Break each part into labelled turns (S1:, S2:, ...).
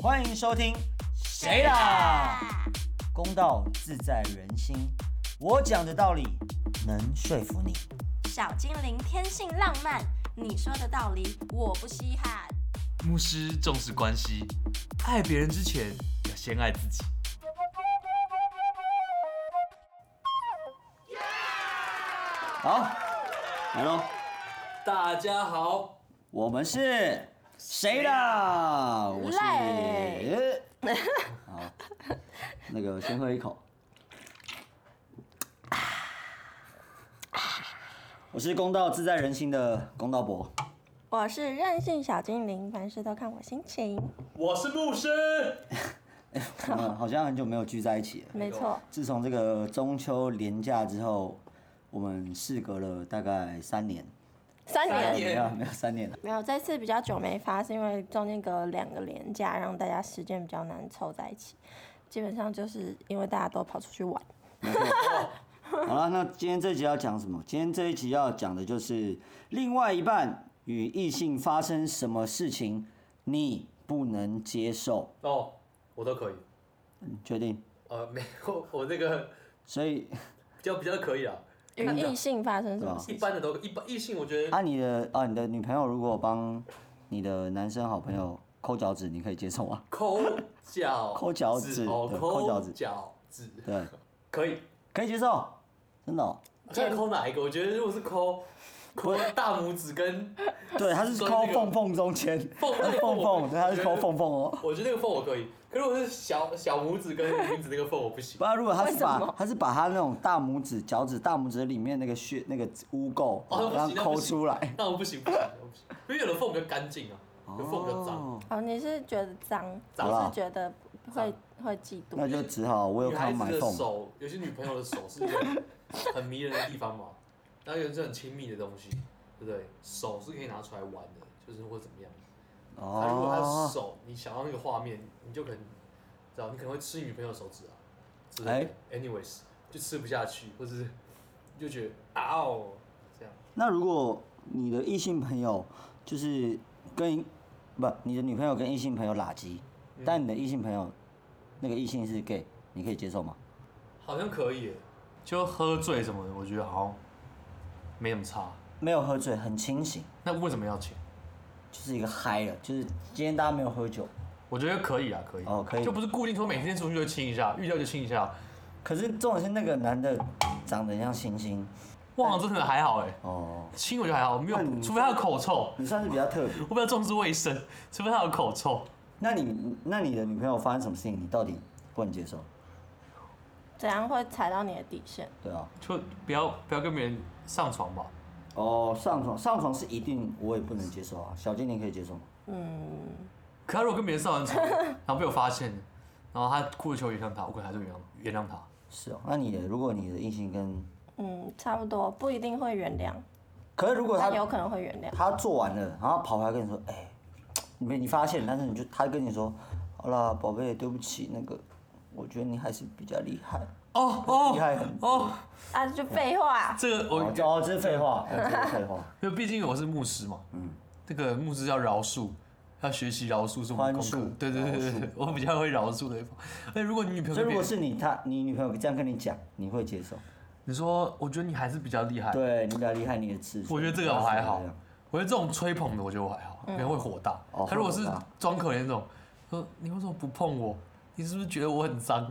S1: 欢迎收听《谁啦》，公道自在人心，我讲的道理能说服你。
S2: 小精灵天性浪漫，你说的道理我不稀罕。
S3: 牧师重视关系，爱别人之前要先爱自己。
S1: 好，来喽，
S3: 大家好，
S1: 我们是谁啦？我是
S2: 累，
S1: 好，那个先喝一 口。我是公道自在人心的公道伯。
S2: 我是任性小精灵，凡事都看我心情。
S3: 我是牧师。
S1: 我们好像很久没有聚在一起了。
S2: 没错，
S1: 自从这个中秋连假之后，我们事隔了大概三年，
S2: 三
S3: 三
S2: 年
S3: 年
S1: 没有没有三年了。
S2: 没有，这次比较久没发，是因为中间隔两个连假，让大家时间比较难凑在一起。基本上就是因为大家都跑出去玩，
S1: 没错好了，那今天这集要讲什么？今天这一集要讲的就是另外一半与异性发生什么事情，你不能接受，
S3: 哦，我都可以。
S1: 你确定？
S3: 呃，没 有，我这个
S1: 所以，
S3: 比较比较可以啦。
S2: 与异性发生什么
S1: 对啊
S3: 一
S2: 事？
S3: 般的都一般异性，我觉得
S1: 啊，你的啊，你的女朋友如果帮你的男生好朋友抠脚趾，你可以接受吗？
S3: 抠脚
S1: 抠脚趾
S3: 哦，
S1: 对抠脚
S3: 抠
S1: 趾
S3: 脚趾
S1: 对，
S3: 可以。
S1: 可以接受，真的哦、
S3: 那抠哪一个？我觉得如果是抠抠大拇指跟
S1: 对，他是
S3: 所以
S1: 抠
S3: 那个
S1: 缝缝中间，
S3: 缝
S1: 他是 缝缝，对，他是抠缝缝哦。
S3: 我觉得那个缝我可以，可是我是小小拇指跟拇指那个缝我不行
S1: 不。然如果他
S2: 为
S1: 是
S2: 什么
S1: 把他是把他那种大拇指、脚趾、大拇指里面那个血、那个污垢，
S3: 哦，那
S1: 然
S3: 不
S1: 后抠
S3: 行，那不行
S1: 出 来。
S3: 那我哦不行，不行，我不行，因为有的缝比较干净啊，有缝比较脏。
S1: 哦，
S2: 哦，你是觉得脏，
S3: 脏
S2: 我是觉得会会嫉
S1: 那
S2: 妒。
S1: 就只好我有
S3: 女孩
S1: 看
S3: 子
S1: 买
S3: 的
S1: 缝。
S3: 手，有些女朋友的手是一个很迷人的地方嘛，然后有些很亲密的东西，对不对？手是可以拿出来玩的，就是或怎么样。那如果他的
S1: 哦，
S3: 手，你想到那个画面，你就可能知道，你可能会吃你女朋友的手指啊，之类的
S1: 哎
S3: Anyways，就吃不下去，或者是就觉得啊哦这样。
S1: 那如果你的异性朋友就是跟不你的女朋友跟异性朋友拉鸡，
S3: 嗯
S1: 但你的异性朋友那个异性是 gay，你可以接受吗？
S3: 好像可以耶，就喝醉什么的，我觉得好像没什么差。
S1: 没有喝醉，很清醒，
S3: 那为什么要请？
S1: 就是一个嗨了，就是今天大家没有喝酒，
S3: 我觉得可以啊，可以
S1: 哦可以
S3: 就不是固定说每天出去就亲一下，遇到就亲一下。
S1: 可是重点是那个男的长得很像星星
S3: 哇，真的还好哎，
S1: 哦，
S3: 亲我觉得还好，没有
S1: 那你，
S3: 除非他有口臭，
S1: 你算是比较特别。
S3: 我比较重视卫生，除非他有口臭。
S1: 那你那你的女朋友发生什么事情，你到底不能接受？
S2: 怎样会踩到你的底线？
S1: 对啊，
S3: 就不要不要跟别人上床吧。
S1: 哦，上床上床是一定我也不能接受啊。小精灵可以接受吗？
S3: 可他如果跟别人上 完床，然后被我发现，然后他哭着求我原谅他，我可能还是原谅原谅他。
S1: 是哦，那你的如果你的异性跟，
S2: 嗯，差不多，不一定会原谅，
S1: 可是如果他
S2: 但有可能会原谅。
S1: 他做完了，然后跑回来跟你说，哎、你没你发现，但是你就他跟你说，好啦，宝贝，对不起，那个我觉得你还是比较厉害，
S3: 哦
S1: 厉害
S3: 哦
S1: 很多。
S3: 哦，
S2: 啊，就废话。
S3: 这个
S1: 哦
S3: 我，
S1: 这哦，这是废 话，哦这是废话。
S3: 因为毕竟我是牧师嘛，嗯，这个牧师要饶恕，要学习饶恕是我们功课
S1: 宽恕。
S3: 对对对对对，我比较会饶恕的一方。那如果你女朋友
S1: 所以
S3: 跟
S1: 如果
S3: 别人，
S1: 是你，他你女朋友这样跟你讲，你会接受？
S3: 你说我觉得你还是比较厉害，
S1: 对你比较厉害，你的次数。
S3: 哎我觉得这个我还好
S1: 这样。
S3: 我觉得这种吹捧的，我觉得我还好，可能会火大
S1: 哦。
S3: 他如果
S1: 会
S3: 是
S1: 火大
S3: 装可怜那种，说你为什么不碰我？你是不是觉得我很脏？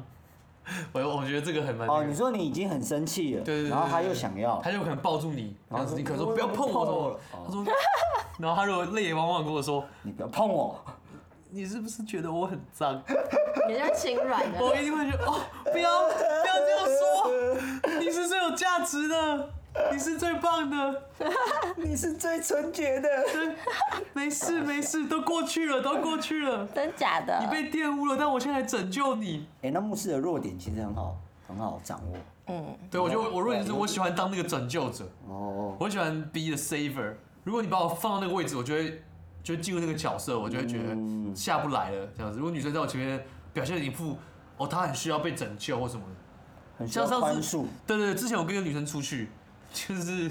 S3: 我我觉得这个很蛮那
S1: 哦，
S3: 个
S1: 你说你已经很生气了，
S3: 对对对，
S1: 然后他
S3: 对
S1: 又
S3: 对
S1: 想要，
S3: 他就可能抱住你，
S1: 然
S3: 然
S1: 后
S3: 后
S1: 说
S3: 你可能说
S1: 哦我
S3: 不要碰我什么
S1: 我哦
S3: 的，他说， 然后他如果泪眼汪汪地跟我说，
S1: 你不要碰我，
S3: 你是不是觉得我很脏？
S2: 你就心软的。
S3: 我一定会觉得哦，不要不要这样说，你是最有价值的，你是最棒的，
S1: 你是最纯洁的。
S3: 没事没事，都过去了，都过去了，
S2: 真假的？
S3: 你被玷污了，但我现在来拯救你。
S1: 哎、那牧师的弱点其实很好，很好掌握。
S3: 对，我就我弱点是我喜欢当那个拯救者，
S1: 哦，
S3: 我喜欢 be the saver。如果你把我放到那个位置，我就会就会进入那个角色，我就会觉
S1: 嗯
S3: 得下不来了这样子。如果女生在我前面表现一副哦，她很需要被拯救或什么的，
S1: 很需要
S3: 像上
S1: 宽
S3: 次
S1: 恕。
S3: 对对对，之前我跟一个女生出去， 就是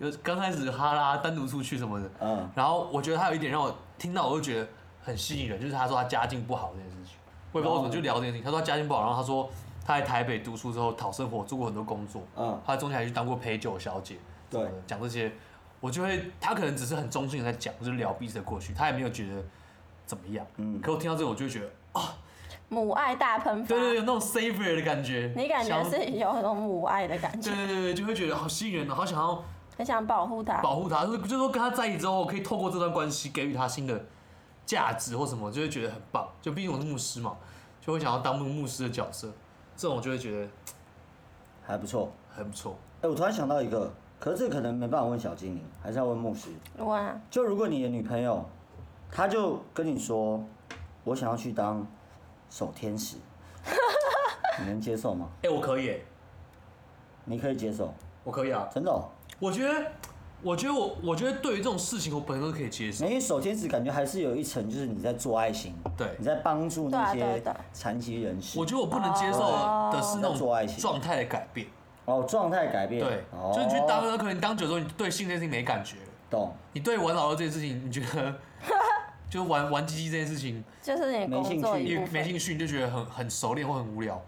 S3: 就刚开始哈拉单独出去什么的，
S1: 嗯
S3: 然后我觉得她有一点让我听到我就觉得很吸引人，就是他说他家境不好这件事情，我也不知道为什么就聊这件事情。他说他家境不好，然后他说他在台北读书之后讨生活，做过很多工作，
S1: 嗯，
S3: 他中间还去当过陪酒小姐，
S1: 对，
S3: 讲这些，我就会他可能只是很中性的在讲，就是聊彼此的过去，他也没有觉得怎么样。
S1: 嗯
S3: 可我听到这个，我就会觉得，
S2: 母爱大喷发，
S3: 对对对，有那种 savor 的感觉，
S2: 你感觉
S3: 想要
S2: 是有很多母爱的感觉
S3: 对，对对对，就会觉得好吸引人哦，好想要
S2: 很想保护他。
S3: 保护他，就是就是说跟他在一起之后，我可以透过这段关系给予他新的价值或什么，就会觉得很棒。就毕竟我是牧师嘛，就会想要当牧牧师的角色，这种就会觉得
S1: 还不错。
S3: 很不错。
S1: 哎、我突然想到一个，可是这可能没办法问小精灵，还是要问牧师。
S2: 哇，
S1: 就如果你的女朋友，她就跟你说，我想要去当守天 使，你能接受吗？
S3: 哎、我可以耶、
S1: 你可以接受，
S3: 我可以啊。
S1: 真的、哦。
S3: 我觉得，我觉得我，我觉得对于这种事情，我本身都可以接受。
S1: 因为守天使感觉还是有一层，就是你在做爱心，
S3: 对
S1: 你在帮助那
S2: 对啊对
S1: 些
S2: 啊对啊
S1: 残疾人士。
S3: 我觉得我不能接受的是那
S1: 要做爱
S3: 种
S1: 情
S3: 状态的改变，
S1: 哦，状态改变，
S3: 对，
S1: 哦、
S3: 就是你去当了，可能你当久之后，你对性这件事情没感觉了，
S1: 懂，
S3: 你对玩老二这件事情，你觉得 就是玩玩鸡鸡这件事情，
S2: 就是你工作
S1: 没兴趣
S2: 一
S3: 也
S2: 部
S3: 没
S2: 分，
S3: 兴趣，你就觉得很很熟练或很无聊。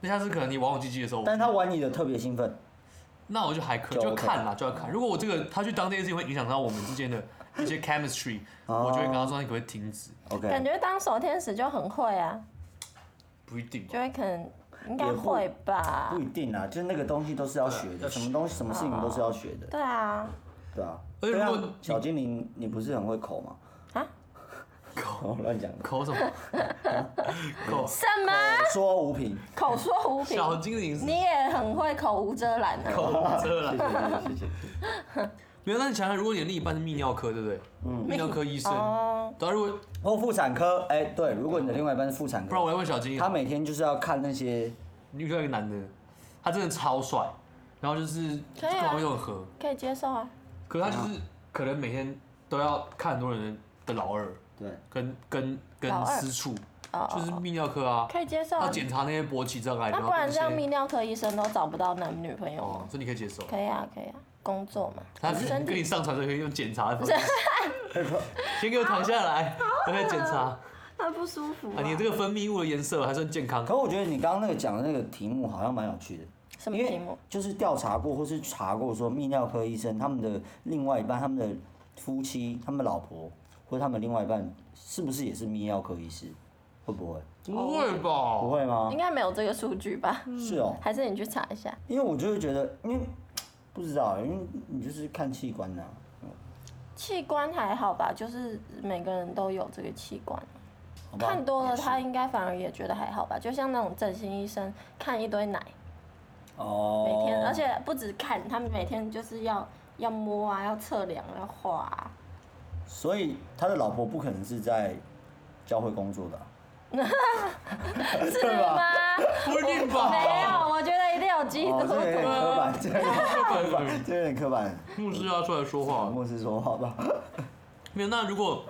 S3: 那下次可能你玩我鸡鸡的时候，
S1: 但他玩你的特别兴奋，
S3: 那我就还可以，
S1: 就
S3: 就
S1: OK
S3: 看啦，就要看。如果我这个他去当这件事情会影响到我们之间的一些 chemistry，我就
S2: 哦
S3: 会跟他说你可不可以停止？
S1: OK，
S2: 感觉当守天使就很会啊，
S3: 不一定吧
S2: 就，会可能应该
S1: 也不
S2: 会吧
S1: 不？一定啦，就是那个东西都是要学
S3: 对啊
S1: 的，
S3: 要学
S1: 什么东西什么事情都是要学的，
S2: 对啊，
S1: 对啊。
S3: 而且
S1: 对啊
S3: 如果你
S1: 小精灵，你不是很会口吗？
S2: 啊，
S1: 我乱讲的，
S3: 口什么？口
S2: 什么
S1: 口说无凭，
S2: 口说无凭？
S3: 小精灵是
S2: 你也很会口无遮拦啊！
S3: 口无遮
S1: 谢
S3: 拦。
S1: 谢谢谢谢谢。
S3: 没有，那你想想，如果你的另一半是泌尿科，对不对？泌尿科医生，
S2: 嗯哦，
S3: 对啊，如果
S1: 或妇产科，哎，对，如果你的另外一半是妇产
S3: 不然
S1: 科，
S3: 我来问小精灵
S1: 他，每天就是要看那些，
S3: 你遇到一个男的，他真的超帅，然后就是
S2: 可
S3: 各
S2: 以啊
S3: 方面都很合，
S2: 可以接受啊。
S3: 可是他就是可能每天都要看很多人的老二，
S1: 对，
S3: 跟跟
S2: 老
S3: 跟
S2: 二
S3: 私处，就
S2: 哦，
S3: 是泌尿科啊，
S2: 可以接受啊。
S3: 要检查那些勃起障碍，
S2: 那
S3: 然后
S2: 不然这样
S3: 跟一些
S2: 泌尿科医生都找不到男女朋友
S3: 哦
S2: 吗，？
S3: 所以你可以接受。
S2: 可以啊，可以啊，工作嘛，
S3: 他只能
S2: 身
S3: 跟
S2: 体
S3: 你上床的时候可以用检查的方式， 先给我躺下来，然后再检查。啊，
S2: 啊不舒服啊
S3: 你这个分泌物的颜色还算健康。
S1: 可我觉得你刚刚那个讲的那个题目好像蛮有趣的，
S2: 什么
S1: 因
S2: 题
S1: 为
S2: 目？
S1: 就是调查过或是查过说泌尿科医生他们的另外一半，他们的夫妻、他们老婆或者他们另外一半是不是也是泌尿科医师？会不会？
S3: 不会
S1: 不
S3: 吧？
S1: 会吗
S2: 应？该没有这个数据吧？
S1: 是哦，
S2: 还是你去查一下？
S1: 因为我就会觉得，因为不知道，欸因为你就是看器官呐、
S2: 器官还好吧，就是每个人都有这个器官。
S1: 好吧？
S2: 看多了，他
S1: 也是
S2: 应该反而也觉得还好吧。就像那种整形医生看一堆奶，
S1: 哦，
S2: 每天，而且不止看，他们每天就是要要摸啊，要测量，要画啊。
S1: 所以他的老婆不可能是在教会工 作的啊、
S2: 至于吗？
S3: 不一定吧？
S2: 没有，我觉得一定有基
S1: 哦，
S2: 督
S1: 这个有点
S2: 徒。
S1: 刻板，这个有点刻板，这个有点刻板。
S3: 牧师要出来说话。
S1: 牧师说话吧，
S3: 没有，那如果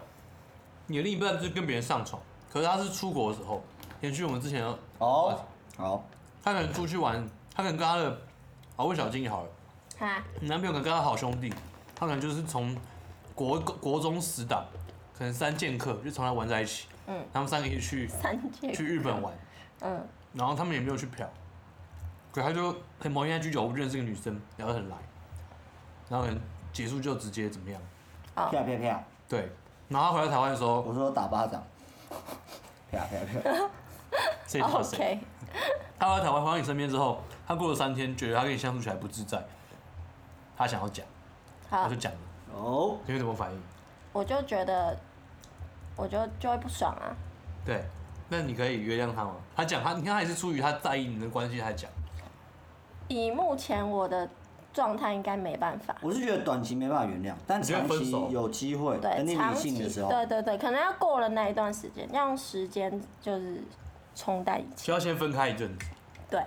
S3: 你的另一半是跟别人上床，可是他是出国的时候，延续我们之前的，
S1: 哦，好，
S3: 他可能出去玩，他可能跟他的，啊，问小金好了，
S2: 哈，
S3: 你男朋友可能跟他好兄弟，他可能就是从国国中死党，可能三剑客就从他玩在一起，
S2: 嗯
S3: 他们三个一起去
S2: 三界。
S3: 去日本玩，
S2: 嗯，
S3: 然后他们也没有去嫖，可他就很某一天在居酒屋认识个女生，聊得很来，然后可能结束就直接怎么样，
S2: 好
S1: 啪，啪啪，
S3: 对，然后他回到台湾的时候，
S1: 我说打巴掌， 啪啪啪，
S3: 谁打谁？
S2: 哦 OK，
S3: 他回到台湾，回到你身边之后，他过了三天，觉得他跟你相处起来不自在，他想要讲，他
S2: 好
S3: 就，讲了，
S1: 哦，
S3: 你会怎么反应？
S2: 我就觉得，我就就会不爽啊。
S3: 对，那你可以原谅他吗？他讲他，你看他也是出于他在意你的关系，他讲，
S2: 以目前我的状态，应该没办法。
S1: 我是觉得短期没办法原谅，但
S3: 你觉得
S1: 长
S3: 分
S1: 期
S3: 手
S1: 有机会，等
S2: 对，
S1: 你
S2: 长
S1: 理
S2: 期
S1: 性的时候，
S2: 对对对，可能要过了那一段时间，要用时间就是冲淡一切。
S3: 需要先分开一阵子，
S2: 对，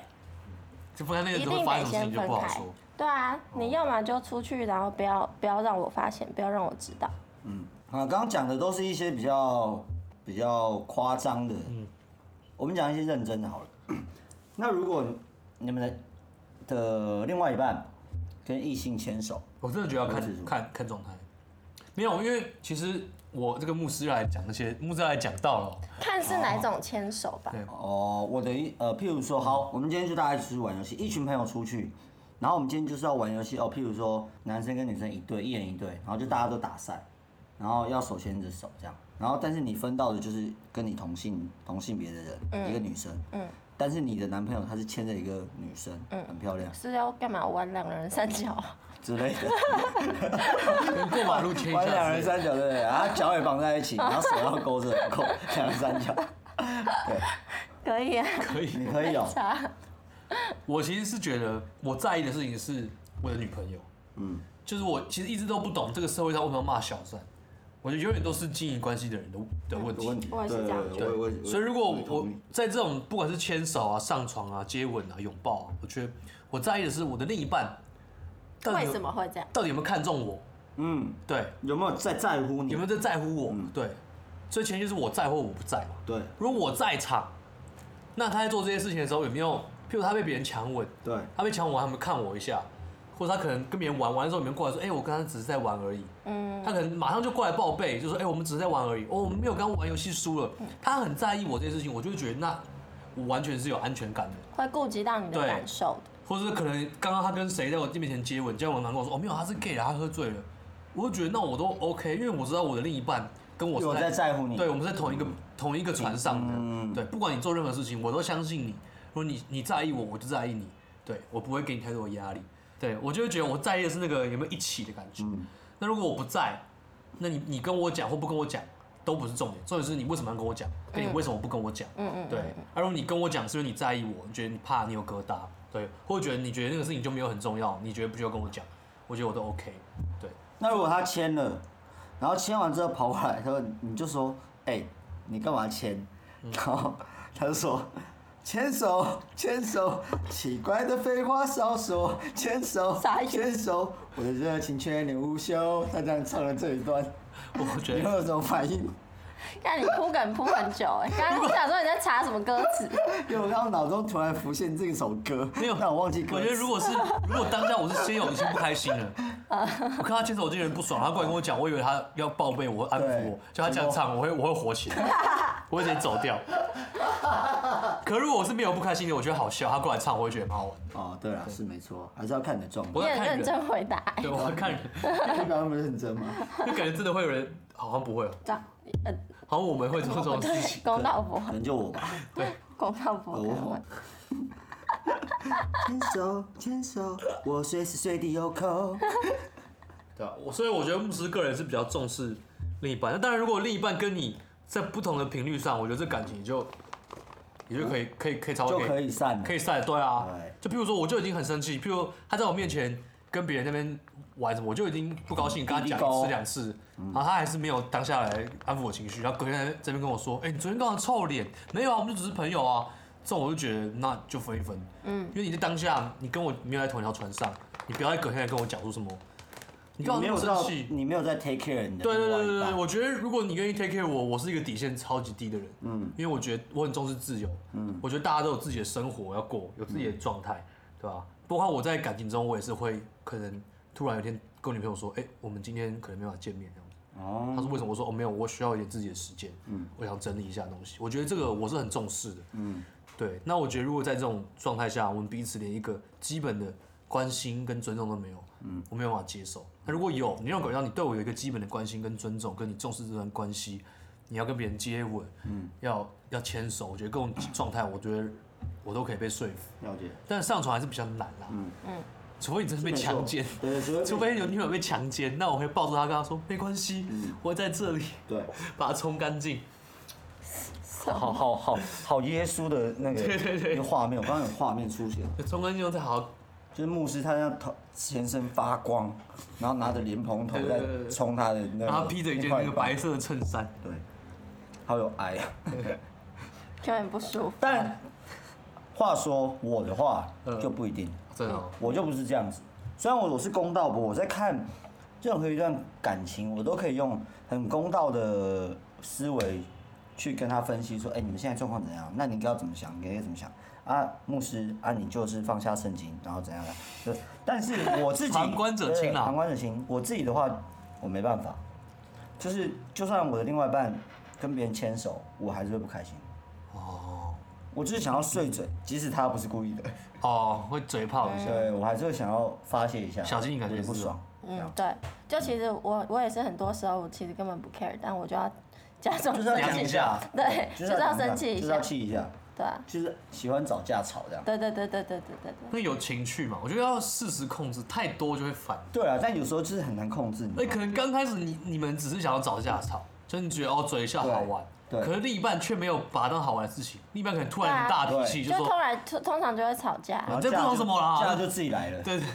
S3: 就分开那个
S2: 一
S3: 时候
S2: 定
S3: 发生什
S2: 得
S3: 么事
S2: 先
S3: 情就
S2: 分
S3: 不好
S2: 开
S3: 说。。哦
S2: 对啊，你要么就出去，然后不要不要让我发现，不要让我知道。
S1: 啊，刚刚讲的都是一些比较比较夸张的，
S3: 嗯
S1: 我们讲一些认真的好了。 那如果你们的的另外一半跟异性牵手，
S3: 我真的觉得要
S1: 我是
S3: 看看看状态。没有，因为其实我这个牧师来讲那些，牧师来讲到 了，
S2: 看是哪种牵手吧。
S3: 对
S1: 哦，我的意呃，譬如说，好，我们今天就大家一起出去玩游戏，一群朋友出去，然后我们今天就是要玩游戏哦，譬如说男生跟女生一对，一人一对，然后就大家都打散，然后要手牵着手这样，然后但是你分到的就是跟你同性同性别的人，一个女生，嗯，但是你的男朋友他是牵着一个女生，嗯，很漂亮
S2: 是要干嘛玩两人三角？
S1: 之类的。
S3: 跟过马路牵一
S1: 玩两
S3: 下
S1: 人
S3: 之类的，
S1: 三角对不对？然后脚也绑在一起，然后手要勾着勾两人三角，
S2: 可以啊，
S3: 可以。
S1: 你可 以哦、
S2: 啥？
S3: 我其实是觉得我在意的事情是我的女朋友，嗯，就是我其实一直都不懂这个社会上为什么要骂小三，我觉得永远都是经营关系的人的的问题。
S1: 有问题，
S2: 我也是
S1: 对
S2: 这样
S1: 对
S3: 对
S1: 对我也我也
S3: 所以如果
S1: 也同
S3: 我
S1: 意
S3: 在这种不管是牵手啊、上床啊、接吻啊、拥抱、啊，我觉得我在意的是我的另一半到底
S2: 为
S3: 有
S2: 什么会这样？
S3: 到底有没有看中我，
S1: 嗯，
S3: 对，
S1: 有没有在在乎你
S3: 有没？有在在乎
S1: 嗯
S3: 我，对，所以前提就是我在或我不在嘛。
S1: 对
S3: 如果我在场，那他在做这些事情的时候有没有，譬如他被别人强吻，
S1: 对，
S3: 他被强吻，他们看我一下，或者他可能跟别人玩玩的时候，有人过来说，哎、我跟他只是在玩而已。
S2: 嗯，
S3: 他可能马上就过来报备，就说，哎、我们只是在玩而已，哦，我们没有刚刚玩游戏输了。他很在意我这些事情，我就会觉得那我完全是有安全感的。
S2: 会顾及到你的
S3: 对
S2: 感受的。
S3: 或者是可能刚刚他跟谁在我面前接吻，接吻完跟我说，哦，没有，他是 gay 啦，他喝醉了。我就觉得那我都 OK，因为我知道我的另一半跟我
S1: 有
S3: 是
S1: 在在乎你，
S3: 对，我们在同一个、同一个船上的，
S1: 嗯
S3: 对，不管你做任何事情，我都相信你。如果你你在意我，我就在意你，对我不会给你太多的压力。对我就会觉得我在意的是那个有没有一起的感觉。
S1: 嗯
S3: 那如果我不在，那你你跟我讲或不跟我讲都不是重点，重点是你为什么要跟我讲，跟你为什么不跟我讲。
S2: 嗯嗯，
S3: 对啊
S2: 嗯，
S3: 而如果你跟我讲是因为你在意我，你觉得你怕你有疙瘩，对，或者觉得你觉得那个事情就没有很重要，你觉得不需要跟我讲，我觉得我都 OK。对，
S1: 那如果他签了，然后签完之后跑过来，他说你就说，哎、你干嘛签？
S3: 嗯
S1: 然后他就说。牵手， 牵手，奇怪的废话少说。牵手
S2: 傻，眼
S1: 牵手，我的热情却有点无休。他这样唱了这一段，
S3: 我觉
S1: 你
S3: 得
S1: 会有什么反应？
S2: 看你铺梗铺很久哎、刚刚我想说你在查什么歌词，
S1: 因为我刚刚脑中突然浮现这首歌，
S3: 没有
S1: 但我忘记歌
S3: 我觉得
S1: 词。
S3: 如果是如果当下我是先有已经不开心 了，
S2: 啊
S3: 我看他牵手我这个人不爽，他过来跟我讲，我以为他要报备我安抚我
S1: 对，
S3: 就他这样唱，我会我会火起来，我会直接走掉。可如果我是没有不开心的，我觉得好笑，他过来唱，我会觉得蛮好玩的。
S1: 哦，对啊，是没错，还是要看你的状
S3: 我
S1: 况。
S2: 你
S3: 在
S2: 很
S3: 看人
S2: 认真回答、欸。
S3: 对，我会看 人，
S1: 你刚刚不是认真吗？
S3: 就感觉真的会有人，好像不会哦，
S2: 这样，呃，
S3: 好像我们会做这种事
S2: 对，
S3: 情。
S2: 公道博
S1: 可，能就我吧。
S2: 公道博可能会
S1: 哦。牵手，牵手，我随时随地有空。
S3: 对啊，我所以我觉得牧师个人是比较重视另一半。那当然，如果另一半跟你在不同的频率上，我觉得这感情也就也就可以可以可以超
S1: 就
S3: 过
S1: 可以散了
S3: 可以散。对啊
S1: 对，
S3: 就譬如说，我就已经很生气，譬如他在我面前跟别人那边玩什么，我就已经不高
S1: 嗯
S3: 兴，跟他讲
S1: 滴滴
S3: 一
S1: 勾
S3: 次两次，
S1: 嗯
S3: 然后他还是没有当下来安抚我情绪，然后隔天在这边跟我说：“哎、你昨天干嘛臭脸？没有啊，我们就只是朋友啊。”这种我就觉得那就分一分，嗯，因为你在当下你跟我没有在同一条船上，你不要在隔天来跟我讲出什么。你
S1: 你
S3: 干嘛
S1: 没
S3: 那
S1: 有
S3: 么生
S1: 到
S3: 气，？
S1: 你没有在 take care 你的
S3: 对对
S1: 另外
S3: 对
S1: 一
S3: 对对，
S1: 半。
S3: 我觉得如果你愿意 take care 我，我是一个底线超级低的人，嗯，因为我觉得我很重视自由，嗯，我觉得大家都有自己的生活要过，有自己的状态，对吧？包括我在感情中，我也是会可能突然有一天跟我女朋友说，哎、我们今天可能没办法见面这样子。
S1: 哦，
S3: 她说为什么？我说哦没有，我需要一点自己的时间，嗯，我想整理一下东西。我觉得这个我是很重视的，嗯，对。那我觉得如果在这种状态下，我们彼此连一个基本的关心跟尊重都没有，嗯，我没有办法接受。那如果有，你让我感觉到你对我有一个基本的关心跟尊重，跟你重视这段关系，你要跟别人接吻，嗯，要要牵手，我觉得各种状态，我觉得我都可以被说服。
S1: 了解。
S3: 但是上床还是比较难啦，嗯嗯，除非你真是被强奸。
S1: 对，对对
S3: 除非有女友被强奸，那我会抱住她，跟她说没关系，我在这里，
S1: 对，
S3: 把它冲干净。
S1: 好好好好，耶稣的那个
S3: 对对对
S1: 那个画面，我刚刚有画面出现，
S3: 冲干净后再好好，
S1: 就是牧师他像头全身发光，然后拿着莲蓬头
S3: 对对
S1: 在
S3: 对对对
S1: 冲他的那个，
S3: 然后她披着一件那个白，色的衬衫，
S1: 对，好有爱啊。
S2: 有点不舒服。
S1: 但话说我的话
S3: 嗯
S1: 就不一定，
S3: 真的哦，
S1: 我就不是这样子。虽然我我是公道博，我在看任何一段感情，我都可以用很公道的思维去跟他分析说，哎、你们现在状况怎样？那你应该要怎么想？你应该怎么想？啊，牧师啊，你就是放下圣经，然后怎样的？就但是我自己
S3: 旁观者清啦
S1: 对
S3: 啊
S1: 旁观者清。我自己的话，我没办法，就是就算我的另外一半跟别人牵手，我还是会不开心。哦，我就是想要碎嘴，即使他不是故意的，
S3: 哦，会嘴炮一下，
S1: 对我还是会想要发泄一下。
S3: 小金你感觉
S1: 我的不
S3: 是哦
S1: 爽，这
S2: 嗯
S1: 样，
S2: 对，就其实我我也是很多时候我其实根本不 care，但我就要假装
S1: 就是要
S2: 生
S1: 讲
S2: 气
S1: 一下，
S2: 对，
S1: 就
S2: 就
S1: 是
S2: 要
S1: 讲一下
S2: 生气一
S1: 就是要
S2: 下，
S1: 气一下，
S2: 对啊，
S1: 就是喜欢找架吵这样。
S2: 对对对对对对对对，
S3: 那有情趣嘛？我觉得要适时控制，太多就会烦。
S1: 对啊，但有时候就是很难控制你。
S3: 哎，可能刚开始你你们只是想要找架吵，就是你觉得哦嘴一下好玩，
S1: 对对
S3: 可是另一半却没有把它当好玩的事情，另一半可能突然很大
S1: 对啊
S3: 脾气，就
S2: 就
S3: 说
S2: 通然通通常就会吵架，
S1: 然后
S3: 这
S1: 架
S3: 不懂
S1: 就
S3: 什么啦
S1: 架就自己来了。
S3: 对对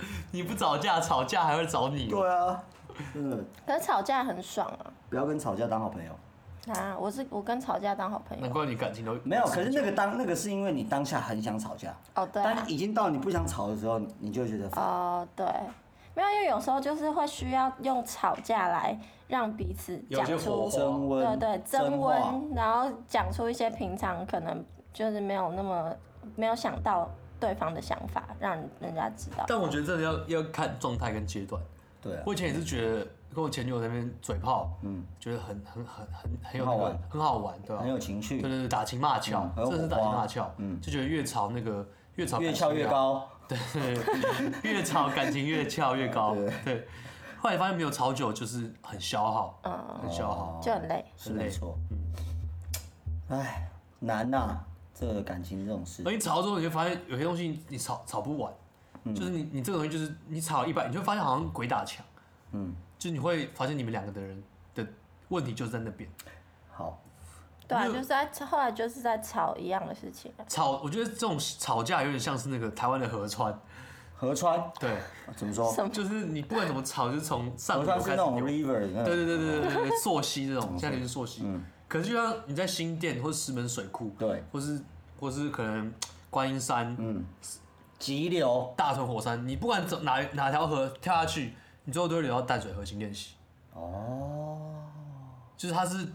S3: 对， 你不找架吵架还会找你哦，
S1: 对啊，真的
S2: 可是吵架很爽啊
S1: 不要跟吵架当好朋友。
S2: 啊！我是我跟吵架当好朋
S3: 难
S2: 友，
S3: 怪你感情都
S1: 没有，可是那个当那个是因为你当下很想吵架，
S2: 哦对啊
S1: 但，已经到你不想吵的时候，你就会觉得烦。
S2: 哦对，没有，因为有时候就是会需要用吵架来让彼此
S3: 有
S2: 讲
S3: 些火
S2: 出
S3: 花
S1: 升温，
S2: 哦对对，增
S1: 话
S2: 温，然后讲出一些平常可能就是没有那么没有想到对方的想法，让人家知道。
S3: 但我觉得真的要要看状态跟阶段。
S1: 对啊，
S3: 我以前也是觉得跟我前女友那边嘴炮，嗯，觉得很很很很很有那
S1: 很好
S3: 个
S1: 玩
S3: 很好玩，对吧、啊
S1: 很有情
S3: 对
S1: 绪，
S3: 对对，打情骂俏
S1: 嗯，很有
S3: 真的是打
S1: 火
S3: 情
S1: 花
S3: 骂俏，
S1: 嗯
S3: 就觉得越吵那个越吵
S1: 越
S3: 感
S1: 翘
S3: 情
S1: 越，高。
S3: 对，越吵感情越翘越高，对。后来发现没有吵久就是很消耗，
S2: 嗯，
S3: 很消耗。
S1: 哦
S2: 就很累。
S1: 是没错。
S3: 嗯
S1: 唉，难呐、这个感情这种事。
S3: 而你吵之后，你就发现有些东西你吵吵不完，就是你你这个东西就是你吵一百，你就发现好像鬼打墙，嗯，就你会发现你们两个的人的问题就在那边。
S1: 好，
S2: 对啊，
S3: 没有
S2: 就是在后来就是在吵一样的事情啊。
S3: 吵，我觉得这种吵架有点像是那个台湾的河川，
S1: 河川
S3: 对，
S1: 怎么
S3: 哦
S1: 说？
S2: 什么？
S3: 就是你不管怎么吵，就是从上
S1: 河
S3: 游
S1: 川是
S3: 开
S1: 那
S3: 始
S1: 种
S3: 流。
S1: river 嗯那
S3: 对
S1: 种。
S3: 对对对对对对，溯溪这种，现在就是溯溪。可是就像你在新店或石门水库，
S1: 对，
S3: 或是或是可能观音山、
S1: 急流。
S3: 大屯火山，你不管走哪哪条河跳下去，你最后都会流到淡水河新练习。
S1: 哦，
S3: 就是它是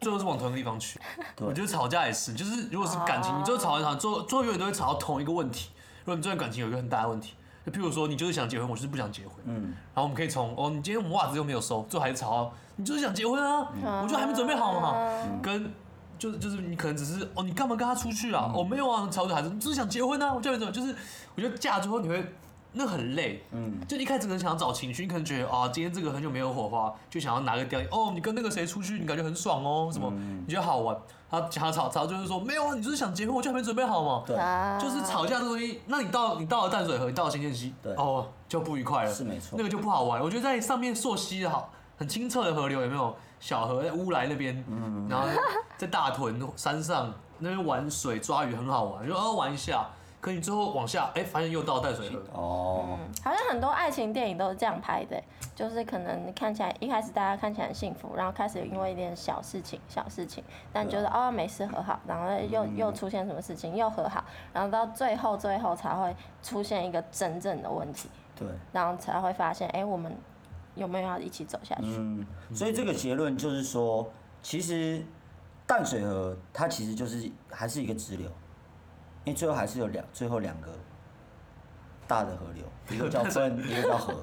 S3: 最后是往同一个地方去。我觉得吵架也是，就是如果是感情，你最后吵一吵，最后最后永远都会吵到同一个问题。如果你这段感情有一个很大的问题，就譬如说你就是想结婚，我就是不想结婚，嗯，然后我们可以从哦，你今天我们袜子又没有收，最后还是吵到你就是想结婚啊，我就还没准备好嘛，跟。就是就是你可能只是哦，你干嘛跟他出去啊？哦，没有啊，吵着孩子，你就是想结婚啊，我叫你怎么？就是我觉得嫁之后你会那很累，嗯，就一开始可能想要找情绪，你可能觉得啊，今天这个很久没有火花，就想要拿个钓鱼，哦，你跟那个谁出去，你感觉很爽哦，什么，你觉得好玩，他想要吵吵就是说没有啊，你就是想结婚，我就还没准备好嘛，
S1: 对
S2: 啊，
S3: 就是吵架这个东西，那你到你到了淡水河，你到了新店溪，
S1: 对
S3: 哦，就不愉快了，
S1: 是没错
S3: 那个就不好玩。我觉得在上面溯溪好，很清澈的河流有没有？小河在乌来那边，
S1: 嗯
S3: 然后在大屯山上那边玩水抓鱼很好玩，就哦玩一下。可你最后往下，哎、发现又到淡水河，
S1: 哦，
S2: 嗯好像很多爱情电影都是这样拍的欸，就是可能看起来一开始大家看起来很幸福，然后开始因为一点小事情、小事情，
S3: 啊
S2: 但觉得哦没事和好，然后又
S3: 嗯
S2: 又出现什么事情又和好，然后到最后最后才会出现一个真正的问题，
S1: 对，
S2: 然后才会发现哎、我们有没有要一起走下去？
S1: 嗯，所以这个结论就是说，其实淡水河它其实就是还是一个支流，因为最后还是有两最后两个大的河流，一个叫 分，一个叫河，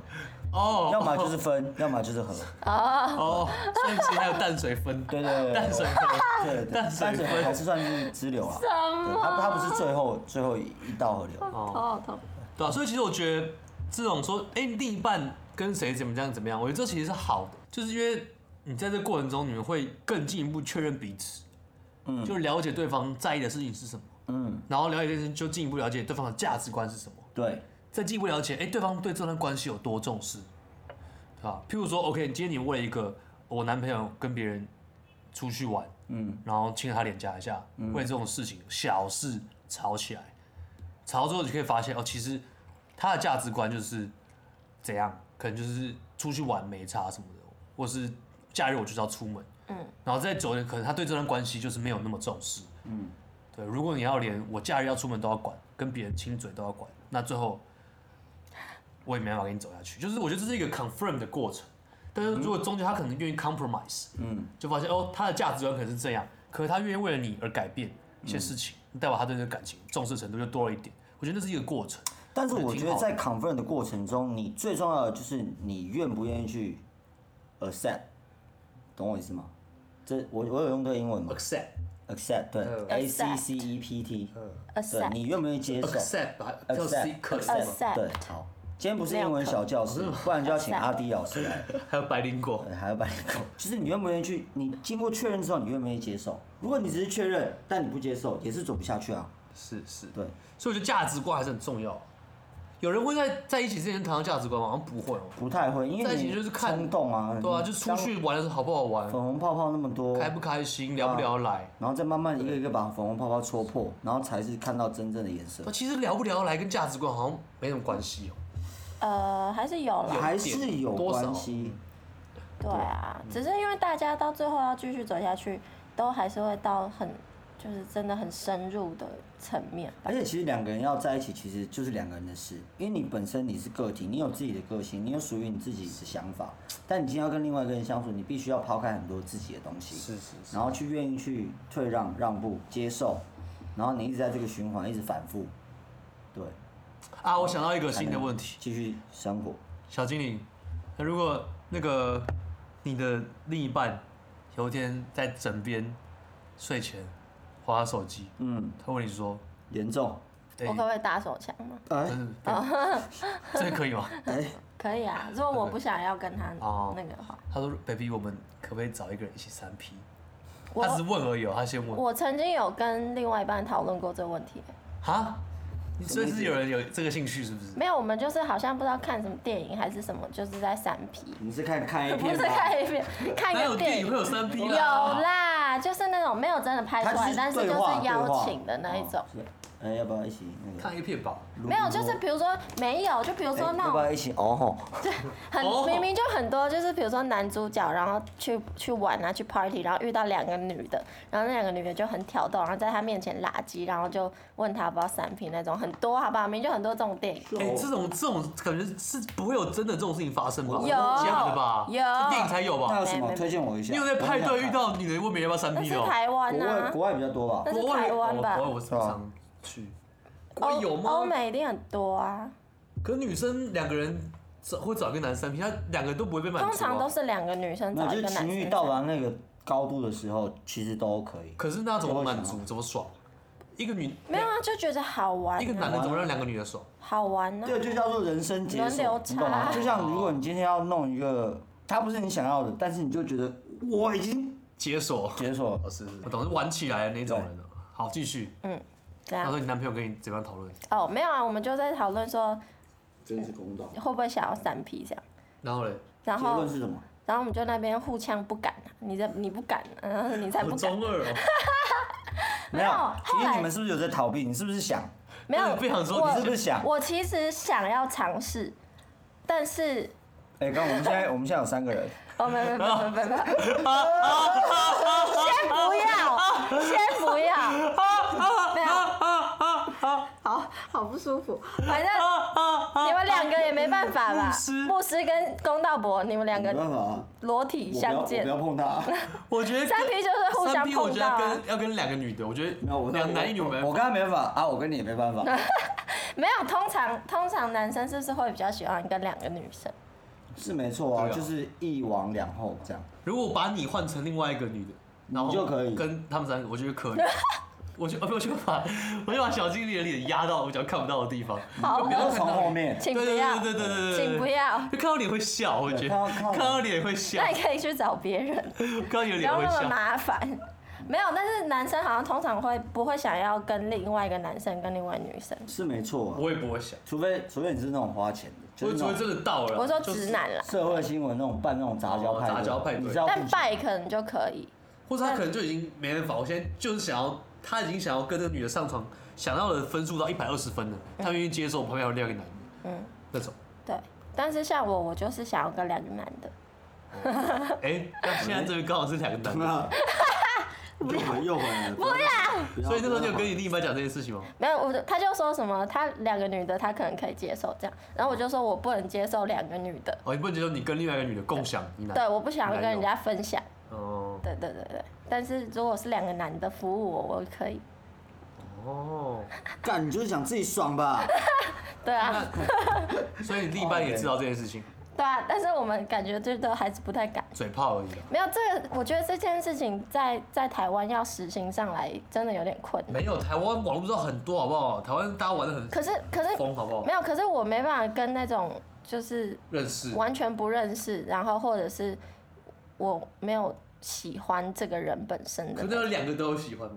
S3: 哦
S1: 要么就是分，要么就是河。
S3: 哦，所以其实还有淡水分，
S1: 对对对，
S3: 淡水河，
S1: 对，
S3: 淡水
S1: 水
S3: 分
S1: 还是算是支流 啊。对，它它不是最后最后一道河流。
S2: 头好痛。
S3: 对啊，所以其实我觉得这种说，哎、另一半跟谁怎么样怎么样，我觉得这其实是好的，就是因为你在这过程中，你们会更进一步确认彼此，嗯，就了解对方在意的事情是什么，嗯，然后了解这件事就进一步了解对方的价值观是什么，
S1: 对，
S3: 再进一步了解，哎、对方对这段关系有多重视，对吧？譬如说，OK，今天你为了一个我男朋友跟别人出去玩，嗯，然后亲了他脸颊一下，为了这种事情小事吵起来，吵之后你可以发现，哦，其实他的价值观就是怎样，可能就是出去玩没差什么的，或是假日我就是要出门，嗯，然后再久一点，可能他对这段关系就是没有那么重视，嗯，对。如果你要连我假日要出门都要管，跟别人亲嘴都要管，那最后我也没办法跟你走下去。就是我觉得这是一个 confirm 的过程，但是如果中间他可能愿意 compromise，嗯，就发现哦，他的价值观可能是这样，可是他愿意为了你而改变一些事情，代表他对这个感情重视程度就多了一点。我觉得那是一个过程。
S1: 但是
S3: 对
S1: 我
S3: 挺
S1: 觉得
S3: 好
S1: 在 confirm 的过程中，你最重要的就是你愿不愿意去 accept 懂我意思吗？这我我有用对英文吗
S3: accept
S1: ？accept 对
S3: 嗯
S1: ，A C C E P T，对
S2: accept
S1: 你愿不愿意接受
S3: 呃 accept 吧，叫
S1: accept，
S3: seek accept，
S2: accept
S1: 对，好，今天不是英文小教
S3: 哦
S1: 室，不然就要请
S2: accept
S1: 阿迪老师来。
S3: 还有白灵果，
S1: 对还要把你狗，就是你愿不愿意去？你经过确认之后，你愿不愿意接受？如果你只是确认，但你不接受，也是走不下去啊。
S3: 是是，
S1: 对，
S3: 所以我觉得价值观还是很重要。有人会在在一起之前谈到价值观吗？好像不会哦。
S1: 不太会，因
S3: 在
S1: 为
S3: 一起
S1: 你
S3: 就是看
S1: 冲动啊，
S3: 对啊，
S1: 你
S3: 就出去玩的时候好不好玩
S1: 粉，红泡泡那么多，
S3: 开不开心，聊不聊得来。
S1: 然后再慢慢一个一个把粉红泡泡戳破，然后才是看到真正的颜色
S3: 那。其实聊不聊得来跟价值观好像没什么关系哦。
S2: 呃还是有啦，
S1: 还是有
S3: 多少
S1: 关系，
S2: 对啊，只是因为大家到最后要继续走下去，都还是会到很就是真的很深入的层面吧
S1: 而。且其实两个人要在一起，其实就是两个人的事，因为你本身你是个体，你有自己的个性，你有属于你自己的想法，但你今天要跟另外一个人相处，你必须要抛开很多自己的东西。
S3: 是
S1: 然后去愿意去退让、让步、接受，然后你一直在这个循环一直反复，对，
S3: 啊，我想到一个新的问题，
S1: 继续生活。
S3: 小精灵，那如果那个你的另一半有一天在枕边睡前划手机，
S1: 嗯，
S3: 他问你说
S1: 严重，：“
S3: 哎、
S2: 我可不哦可以打手枪吗？
S1: 哎
S3: 不是不是 这个可以吗
S1: 哎，
S2: 可以啊，如果我不想要跟他
S3: 哦
S2: 那个的话，？”
S3: 他说：“baby，我们可不可以找一个人一起三 P？”
S2: 我
S3: 他只是问而已、哦，他先问。
S2: 我曾经有跟另外一半讨论过这个问题，
S3: 哈，你所以是有人有这个兴趣是不是？
S2: 没有，我们就是好像不知道看什么电影还是什么，就是在闪皮，
S1: 你是看看一
S2: 不
S1: 片
S2: 是
S1: 吗？
S2: 看一遍，看
S3: 哪
S2: 一
S3: 有
S2: 个电
S3: 电
S2: 影
S3: 影会。有三 P
S2: 有啦，就是那种没有真的拍出
S1: 他
S2: 来，
S1: 哦是
S2: 但是就
S1: 对话
S2: 是邀请的那一种。。
S1: 对话哦是哎，要不要一起那个？
S3: 看 A 片吧，
S2: 没有，就是比如说没有，就比如
S1: 哦嗯哎
S2: 说那
S1: 要不
S2: 种
S1: 要一起哦吼？
S2: 很
S3: 哦
S2: 明明就很多，就是比如说男主角，然后去去玩啊，去 party，然后遇到两个女的，然后那两个女的就很挑逗，然后在他面前拉鸡，然后就问他要不要三瓶那种，很多啊好不好？明明就很多这种电影。
S3: 哎、这种这种感觉是不会有真的这种事情发生吧？
S1: 有
S3: 假的吧？
S2: 有
S3: 这电影才有
S1: 那
S3: 吧
S1: 有？什
S2: 没
S1: 么
S2: 没
S1: 推荐我一下？
S3: 你有在派对遇
S1: 我
S3: 到女的问别人要不要三
S2: 那
S3: P 的
S2: 是
S3: 哦？
S2: 台湾
S1: 很想看？
S2: 啊
S1: 国外，国外比较多吧
S2: 那？是
S3: 国外
S2: 台湾吧
S3: 哦国外我是不常去，国外有
S2: 欧欧
S3: 吗？
S2: 美一定很多啊，
S3: 可女生两个人找会找一个男生 P，他两个都不会被满足、啊。
S2: 通常都是两个女生
S1: 没有，
S2: 找
S1: 就
S2: 一
S1: 是
S2: 个男
S1: 情欲到
S2: 生。
S1: 达那个高度的时候，其实都可以。
S3: 可是那怎么满足？怎么爽？一个女
S2: 没有啊，就觉得好玩
S3: 一个
S2: 啊，
S3: 男的怎么让两个女的爽？
S2: 好玩啊。
S1: 这个就叫做人生解
S2: 轮流
S1: 锁，你懂吗？
S2: 插
S1: 就像如果你今天要弄一个，它不是你想要的，但是你就觉得我已经
S3: 解锁，
S1: 解锁了，
S3: 是我懂，是玩起来的那种人了。好，继续。
S2: 这
S3: 他
S2: 样
S3: 说你男朋友跟你怎么样讨论？
S2: 哦，没有啊，我们就在讨论说
S1: 真是公道。
S2: 会不会想要三 P 这样，
S3: 然后嘞，
S2: 然
S1: 结
S2: 后
S1: 论是什么？
S2: 然后我们就那边互呛不敢啊，你这你不敢啊， 然后你才
S3: 好
S2: 不敢，
S3: 中二哦。
S1: 没有
S2: 没有，
S1: 其
S2: 后
S1: 实
S2: 来
S1: 你们是不是有在逃避？你是不是想？
S2: 没有
S3: 那，你不想说
S2: 我
S1: 你是不是想？
S2: 我其实想要尝试，但是
S1: 哎，刚我们现在我们现在有三个人，
S2: 哦，没没没没没没， 先不要，先不要，没有，好好不舒服，反正
S3: 哦
S2: 你们两个也没办法吧
S3: 牧师？
S2: 牧师跟公道伯，你们两
S1: 没
S2: 个
S1: 办法啊，
S2: 裸体
S1: 我不要
S2: 相
S1: 我
S2: 见
S1: 不，要碰 他。啊
S3: 我觉得
S2: 三 P 就是互
S3: 三
S2: 相
S3: P，我
S2: 碰
S3: 觉
S2: 到
S3: 得
S2: 啊。
S3: 跟要跟两个女的，我觉
S1: 没有，
S3: 得
S1: 我
S3: 两啊男一女我们
S1: 我跟他没办法啊，我跟你也没办法。
S2: 没有，通常通常男生是不是会比较喜欢跟两个女生？
S1: 是没错啊，
S3: 对啊
S1: 就是一王两后这样。
S3: 如果把你换成另外一个女的，然后
S1: 你就可以
S3: 跟他们三个，我觉得 可以。我就哦我就把我就把小精灵的脸压到我比较看不到的地方，
S2: 好
S3: 就不
S1: 然
S3: 要
S1: 后
S3: 看
S1: 从
S3: 到
S1: 后
S3: 脸，
S1: 面，
S2: 请
S3: 对
S2: 不
S3: 对
S2: 要，
S3: 对对对对对，
S2: 请不要
S3: 就看到脸会笑，我觉
S1: 对
S3: 得
S1: 看到看到
S3: 看到脸会笑
S2: 那，你可以去找别人，
S3: 看到有脸
S2: 不用
S3: 会
S2: 那么
S3: 笑。
S2: 麻烦。 没有，但是男生好像通常会不会想要跟另外一个男生跟另外女生？
S1: 是没错啊，
S3: 我也不会想，
S1: 除非除非你是那种花钱的，就
S3: 我
S1: 是
S3: 只
S1: 那
S3: 会
S1: 种
S3: 真的到了。
S2: 我说
S3: 啊就是
S2: 直，男啦，
S1: 社会新闻那种办那种杂交
S3: 哦
S1: 派对，
S3: 杂交派对
S1: 你知道
S2: 但
S1: 不行
S2: 拜可能就可以。
S3: 或者他可能就已经没办法，我现在就是想要，他已经想要跟这个女的上床，想要的分数到一百二十分了，他愿意接受旁边还有另外一个男的，嗯
S2: 嗯，
S3: 那种。
S2: 对，但是像我，我就是想要跟两个男的。
S3: 哎，那现在这边刚好是两个男的，
S1: 那又回又回来了，不要
S3: 所以那时候你有跟你另一半讲这件事情吗？
S2: 没有，我就他就说什么，他两个女的他可能可以接受这样，然后我就说我不能接受两个女的，
S3: 哦，你不能接受你跟另外一个女的共享你男
S2: 对，我不想要跟人家分享。
S3: 哦
S2: 对对对对，但是如果是两个男的服务我，我可以。
S3: 哦，
S1: 干，你就是想自己爽吧？
S2: 对啊，
S3: 所以你另一半也知道这件事情，
S2: 对对啊，但是我们感觉这都还是不太敢。
S3: 嘴炮而已啦。
S2: 没有这个，我觉得这件事情在在台湾要实行上来真的有点困难。
S3: 没有，台湾网络上很多好不好？台湾大家玩的很
S2: 可是可是
S3: 疯好不好？
S2: 没有，可是我没办法跟那种就是
S3: 认识
S2: 完全不认识，然后或者是我没有喜欢这个人本身
S3: 可
S2: 的
S3: 是，那两个都有喜欢吗？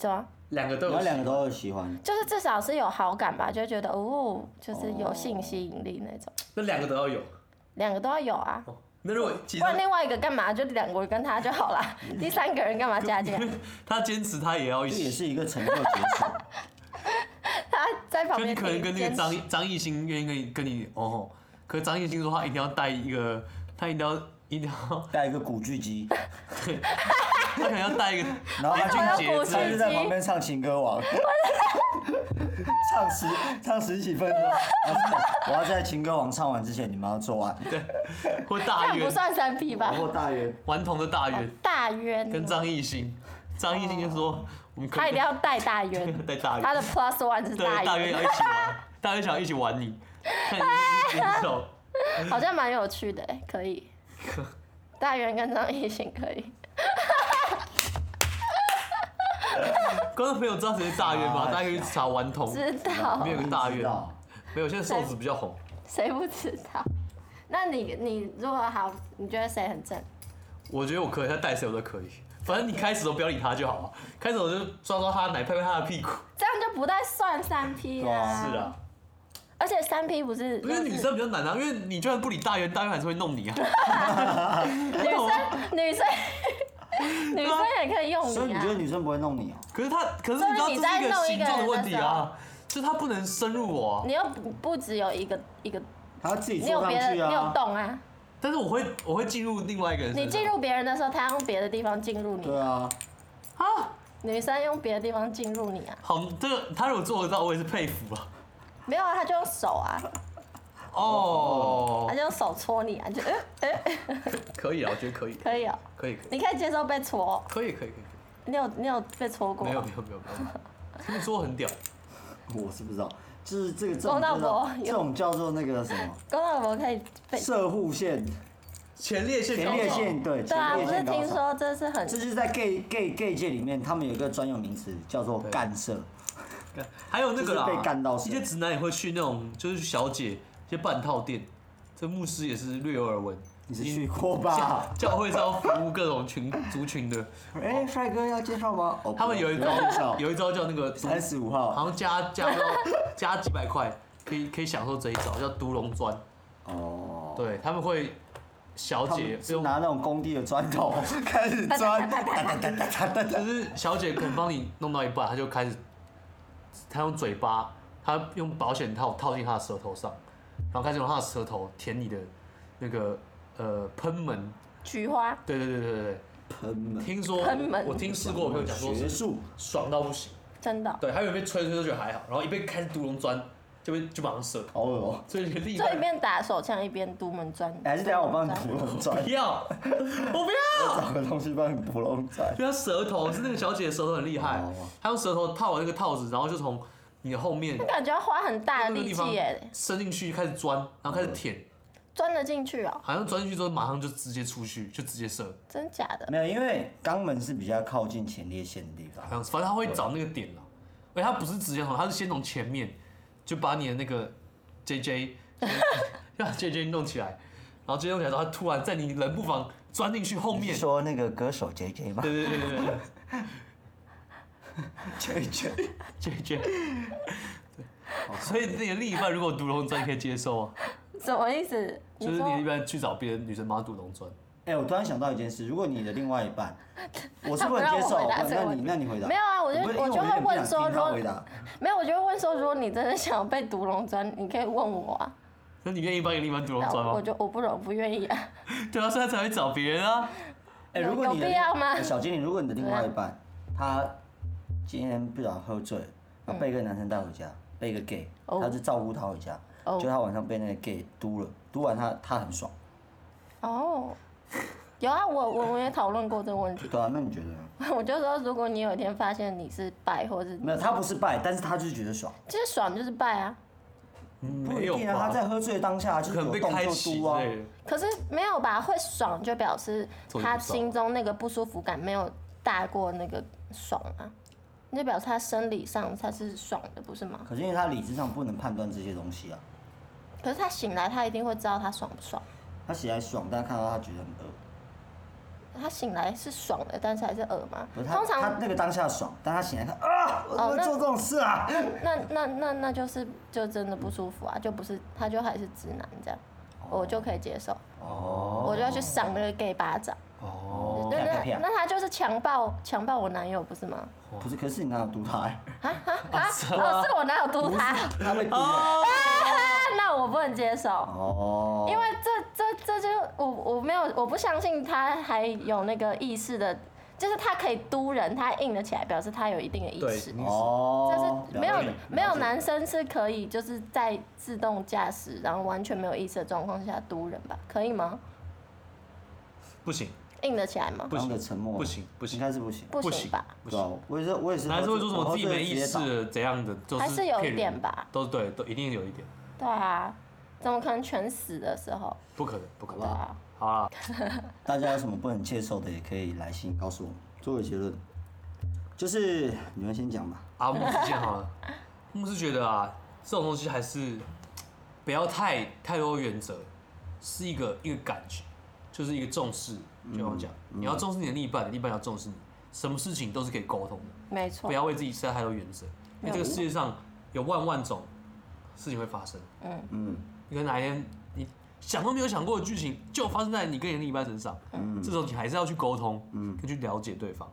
S2: 是吗？
S3: 两个都
S1: 然
S3: 有
S1: 后
S3: 喜欢，
S1: 两个都有喜欢，
S2: 就是至少是有好感吧，就觉得哦，就是有性吸引力那种，
S3: 那两个都要有。
S2: 两个都要有啊。
S3: 哦那如果其
S2: 不然
S3: 他
S2: 另外一个干嘛？就两个人跟他就好啦，第三个人干嘛加进 来？
S3: 他坚持，他也要一
S1: 这也
S3: 起。
S1: 是一个成就解 锁。
S2: 他在旁
S3: 就你
S2: 边
S3: 可能跟那个
S2: 坚持
S3: 张张艺兴愿意跟你跟你哦吼，可是张艺兴说他一定要带一个，他一定要一定要，
S1: 带一个古巨基，
S3: 他可能要带一个
S1: 然后他
S2: 为什么要
S1: 就
S2: 古巨基
S1: 他就在旁边唱情歌王， 唱十唱十几分钟，然后是我要在情歌王唱完之前你们要做完，
S3: 或
S2: 这
S3: 大
S2: 样不
S3: 圆
S2: 算三 P 吧
S1: 然？后大约
S3: 顽童的大圆
S2: 大冤，
S3: 跟张艺兴，张艺兴就说我们可
S2: 哦他一定要带大冤，
S3: 带大
S2: 他
S3: 圆，
S2: 的 Plus One 是
S3: 对大
S2: 大
S3: 圆要
S2: 冤，
S3: 一起玩，大圆想要一起玩你，看你是不是接受。
S2: 好像蛮有趣的欸，可以。大冤跟张艺兴可以，
S3: 观众朋友知道谁是大圆
S1: 啊
S3: 吗？大家可以去查顽童，
S2: 知道
S3: 没有个大圆
S1: 知，道
S3: 没有现在瘦子比较红。
S2: 谁不知道？那你你如果好，你觉得谁很正？
S3: 我觉得我可以，他带谁我都可以。反正你开始都不要理他就好了，开始我就抓抓他的奶，拍拍他的屁股。
S2: 这样就不太算三 P
S1: 对啊
S2: 啦。
S3: 是啊，
S2: 而且三 P 不嗯是
S3: 因为女生比较难啊，因为你就算不理大圆，大圆还是会弄你啊。
S2: 女生女生女生也可以用
S1: 所以
S2: 你
S1: 你
S2: 啊
S1: 觉。得女生不会弄你哦？
S3: 可是他，可是你知道这是一个形状的问题啊，就是他不能深入我、啊。
S2: 你又不不只有一个一个，
S1: 她自己
S2: 你有
S1: 坐上
S2: 别的，
S1: 去
S2: 你有
S1: 啊，
S2: 洞啊。
S3: 但是我会，我会进入另外一个人身上。
S2: 你进入别人的时候，他用别的地方进入你，
S1: 对啊，
S3: 啊，
S2: 女生用别的地方进入你啊。
S3: 好，这个他如果做得到，我也是佩服啊。
S2: 没有啊，他就用手啊，他
S3: 哦，
S2: 就用手搓你啊，就哎哎、
S3: 可以啊，我觉得可以，
S2: 可以哦、
S3: 可以，可以
S2: 你可以接受被搓，
S3: 可以，可以，可以。
S2: 你有你有被搓过
S3: 没有，
S2: 吗？
S3: 没有，没有，没有。听说很屌，
S1: 我是不知道，就是这个这种
S2: 公道
S1: 叫做
S2: 伯有
S1: 这种叫做那个什么
S2: 公道伯可以被，
S1: 射护线、
S3: 前列腺高潮，
S1: 前列腺对
S2: 对
S1: 前
S2: 啊，
S1: 列
S2: 不是
S1: 腺高
S2: 听
S1: 潮。
S2: 说这是很
S1: 这就是在 gay gay gay 界里面，他们有一个专有名词叫做
S3: 对
S1: 干涉，
S3: 还有那个啦，
S1: 就是被干到死
S3: 一些直男也会去那种，就是小姐一些半套店，这牧师也是略有耳闻。
S1: 你是去过吧？
S3: 教会是要服务各种群族 群的，
S1: 哎，帅哥要介绍吗？哦，
S3: 他们有一
S1: 不用介绍
S3: 招，有一招叫那个
S1: 三十五号
S3: 好像加加不知道加几百块，可以可以享受这一招，叫独龙砖。
S1: 哦，
S3: 对，他们会小
S1: 他
S3: 姐
S1: 们是
S3: 用，
S1: 拿那种工地的砖头开始砖，哒哒哒哒哒哒哒
S3: 就是小姐可能帮你弄到一半，她就开始，她用嘴巴，她用保险套套进她的舌头上，然后开始用她的舌头舔你的那个呃喷门。
S2: 菊花，
S3: 对对对对对
S1: 喷
S3: 对，
S1: 门，
S3: 听说
S2: 喷门
S3: 我听试过，我朋友讲说
S1: 学
S3: 是
S1: 术，
S3: 爽到不行。
S2: 真的哦、
S3: 对，还有被吹吹都觉得还好，然后一被开始独龙砖，就被就马上射，
S1: 哦哟，
S3: 所以你厉
S2: 所以一
S3: 害。
S2: 边打手枪一边独门砖。
S1: 还是等一下我帮你涂龙砖，
S3: 不要，我不要。
S1: 找个东西帮你涂龙砖。
S3: 就他舌头是那个小姐的舌头很厉害
S1: 哦，
S3: 她用舌头套完那个套子，然后就从你的后面
S2: 感觉要花很
S3: 那
S2: 大的
S3: 个
S2: 啊力
S3: 地
S2: 气
S3: 方
S2: 耶，
S3: 伸进去开始钻，然后开始舔，
S2: 钻得进去哦、
S3: 好像钻进去之后马上就直接出去，就直接射，
S2: 真假的？
S1: 没有，因为肛门是比较靠近前列腺的地
S3: 好
S1: 方，
S3: 像是反正他会找那个点了，而且他不是直接从，他是先从前面就把你的那个 J J 让 J J 弄起来，然后 J J 弄起来之后，他突然在你冷不防钻进去后
S1: 你
S3: 面
S1: 是，说那个歌手 J J 吗
S3: 对对对对对。
S1: ？J J，
S3: J J，所以你的另一半如果独龙砖，你可以接受啊，
S2: 什么意思？
S3: 就
S2: 你
S3: 是
S2: 说
S3: 你一般去找别人女生帮她独龙砖，
S1: 哎，我突然想到一件事，如果你的另外一 半，我是
S2: 他不
S1: 不能
S2: 让
S1: 接
S2: 我
S1: 受，哦
S2: 回答这个
S1: 那
S2: 问
S1: 你
S2: 题
S1: 那你回答
S2: 没有啊我就
S1: 不是因
S2: 我
S1: 为
S2: 就
S1: 有
S2: 会
S1: 点不
S2: 问
S1: 想
S2: 说
S1: 听他
S2: 说
S1: 回答。
S2: 没有，我就会问说，如果你真的想要被独龙砖，你可以问我啊。
S3: 那你愿意帮你另一半独龙
S2: 那
S3: 砖
S2: 我
S3: 吗
S2: 我？就我不容不愿意 啊。
S3: 对啊，所以他才会找别人啊。
S1: 哎、
S2: 有
S1: 如果你的
S2: 有必要吗
S1: 哎小精灵，如果你的另外一半他今天不小心喝醉了，然后被一个男生带回家，被一个 gay，、
S2: 哦
S1: 他就照顾他回家，
S2: 哦
S1: 就他晚上被那个 gay 嘟了，嘟完他他很爽，
S2: 哦，有啊，我我我也讨论过这个问题。
S1: 对啊，那你觉得呢？
S2: 我就说，如果你有一天发现你是拜，或者
S1: 没有，他不是拜，但是他就是觉得爽，
S2: 就是爽就是拜啊，
S1: 不
S3: 没
S1: 一
S3: 有
S1: 定啊，他
S3: 吧？
S1: 在喝醉当下就
S3: 可
S1: 是
S3: 能
S1: 有
S3: 被
S1: 动
S3: 开
S1: 就
S3: 启
S1: 嘟
S3: 之
S1: 啊，
S3: 类的。
S2: 可是没有吧？会爽就表示
S3: 做得
S2: 他
S3: 不爽
S2: 心中那个不舒服感没有大过那个爽啊，那就表示他生理上他是爽的，不是吗？
S1: 可是因为他理智上不能判断这些东西啊，
S2: 可是他醒来，他一定会知道他爽不爽。
S1: 他起来爽，但看到他觉得很饿。
S2: 他醒来是爽的，但是还是恶嘛。
S1: 不是他
S2: 通
S1: 他
S2: 常
S1: 那个当下爽，但他醒来他啊，我怎么
S2: 哦那
S1: 做这种事啊？
S2: 那那那那就是就真的不舒服啊，就不是他就还是直男这样，我就可以接受，
S1: 哦，
S2: 我就要去赏那个 gay 巴掌。
S3: 哦，
S2: 对
S1: 啪啪
S2: 那
S1: 啪
S2: 那他就是强暴强暴我男友不是吗？
S1: 不是，可是你哪有毒他、欸？
S2: 啊，哦，是我男友毒他，啊
S1: 他被毒
S3: 欸
S1: 了。
S2: 那我不能接受。
S1: 哦，
S2: 因为这这这就我我没有我不相信他还有那个意识的，就是他可以嘟人，他硬了起来，表示他有一定的意
S3: 对
S2: 识。
S1: 哦，
S2: 就是没有
S1: 了解
S2: 没有
S1: 了解
S2: 男生是可以就是在自动驾驶，然后完全没有意识的状况下嘟人吧？可以吗？
S3: 不行，
S2: 硬得起来吗？
S3: 不
S1: 刚
S3: 行
S1: 的沉默
S3: 不行不行
S1: 应该是不行，
S2: 不
S3: 不
S2: 行
S3: 行
S2: 吧？
S3: 不
S1: 对啊
S3: 行。
S1: 我也是我也是喝醉，
S3: 男生会说什
S1: 我
S3: 么
S1: 喝
S3: 自己
S1: 醉
S3: 没
S1: 直
S3: 意
S1: 接倒
S3: 识怎啊样的，就
S2: 还是有一
S3: 骗人
S2: 点吧
S3: 都对，都一定有一点，
S2: 对啊，怎么可能全死的时候？
S3: 不可能，不可
S2: 对
S3: 能。
S2: 啊，
S3: 好了，
S1: 大家有什么不能接受的，也可以来信告诉我们。作为结论，就是你们先讲吧。
S3: 阿啊木之见好了，木是觉得啊，这种东西还是不要太太多原则，是一个一个感觉，就是一个重视。就像我讲，你要重视你的另一半，你另一半要重视你，什么事情都是可以沟通的。
S2: 没错
S3: 不。要为自己设太多原则，因为这个世界上有万万种事情会发生。
S2: 嗯
S1: 嗯，
S3: 你可能哪一天你想都没有想过的剧情，就发生在你跟你的另一半身上。嗯，这时候你还是要去沟通，嗯，跟去了解对方，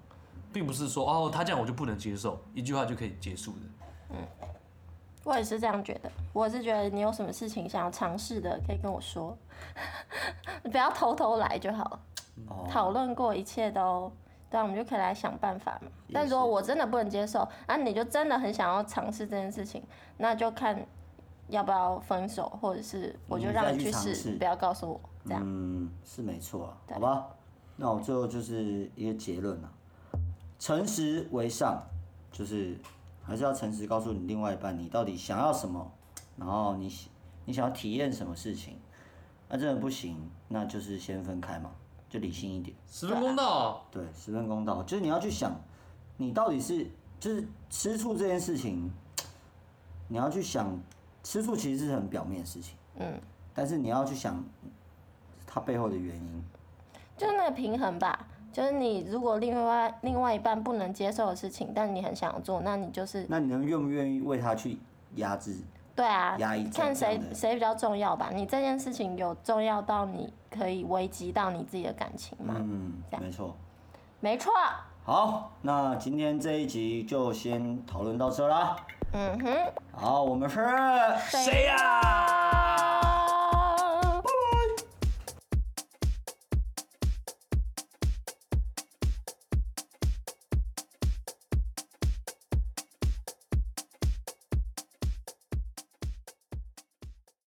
S3: 并不是说哦他这样我就不能接受，一句话就可以结束的。
S2: 我也是这样觉得。我是觉得你有什么事情想要尝试的，可以跟我说， 你不要偷偷来就好了。
S1: 哦，
S2: 讨论过一切都，对啊，我们就可以来想办法嘛。
S1: 也
S2: 但如果
S1: 是
S2: 我真的不能接受，那、你就真的很想要尝试这件事情，那就看要不要分手，或者是我就
S1: 你
S2: 让
S1: 再
S2: 你
S1: 去
S2: 去
S1: 尝试
S2: 试，不要告诉我这样。
S1: 嗯，是没错啊，好吧。那我最后就是一个结论啊，诚实为上，就是还是要诚实告诉你另外一半你到底想要什么，然后你喜你想要体验什么事情。那真的不行，那就是先分开嘛，就理性一点。
S3: 十分公道，
S1: 对，十分公道，就是你要去想，你到底是就是吃醋这件事情，你要去想，吃醋其实是很表面的事情，
S2: 嗯，
S1: 但是你要去想它背后的原因。
S2: 就是那个平衡吧。就是你如果另外另外一半不能接受的事情，但你很想要做，那你就是
S1: 那你能愿不愿意为他去压制？
S2: 对啊
S1: 压抑，症
S2: 看
S1: 这
S2: 谁
S1: 样的
S2: 谁比较重要吧。你这件事情有重要到你可以危及到你自己的感情吗？
S1: 嗯
S2: 这，样
S1: 没错。
S2: 没错。
S1: 好，那今天这一集就先讨论到这啦。
S2: 嗯哼，
S1: 好，我们是
S2: 谁呀、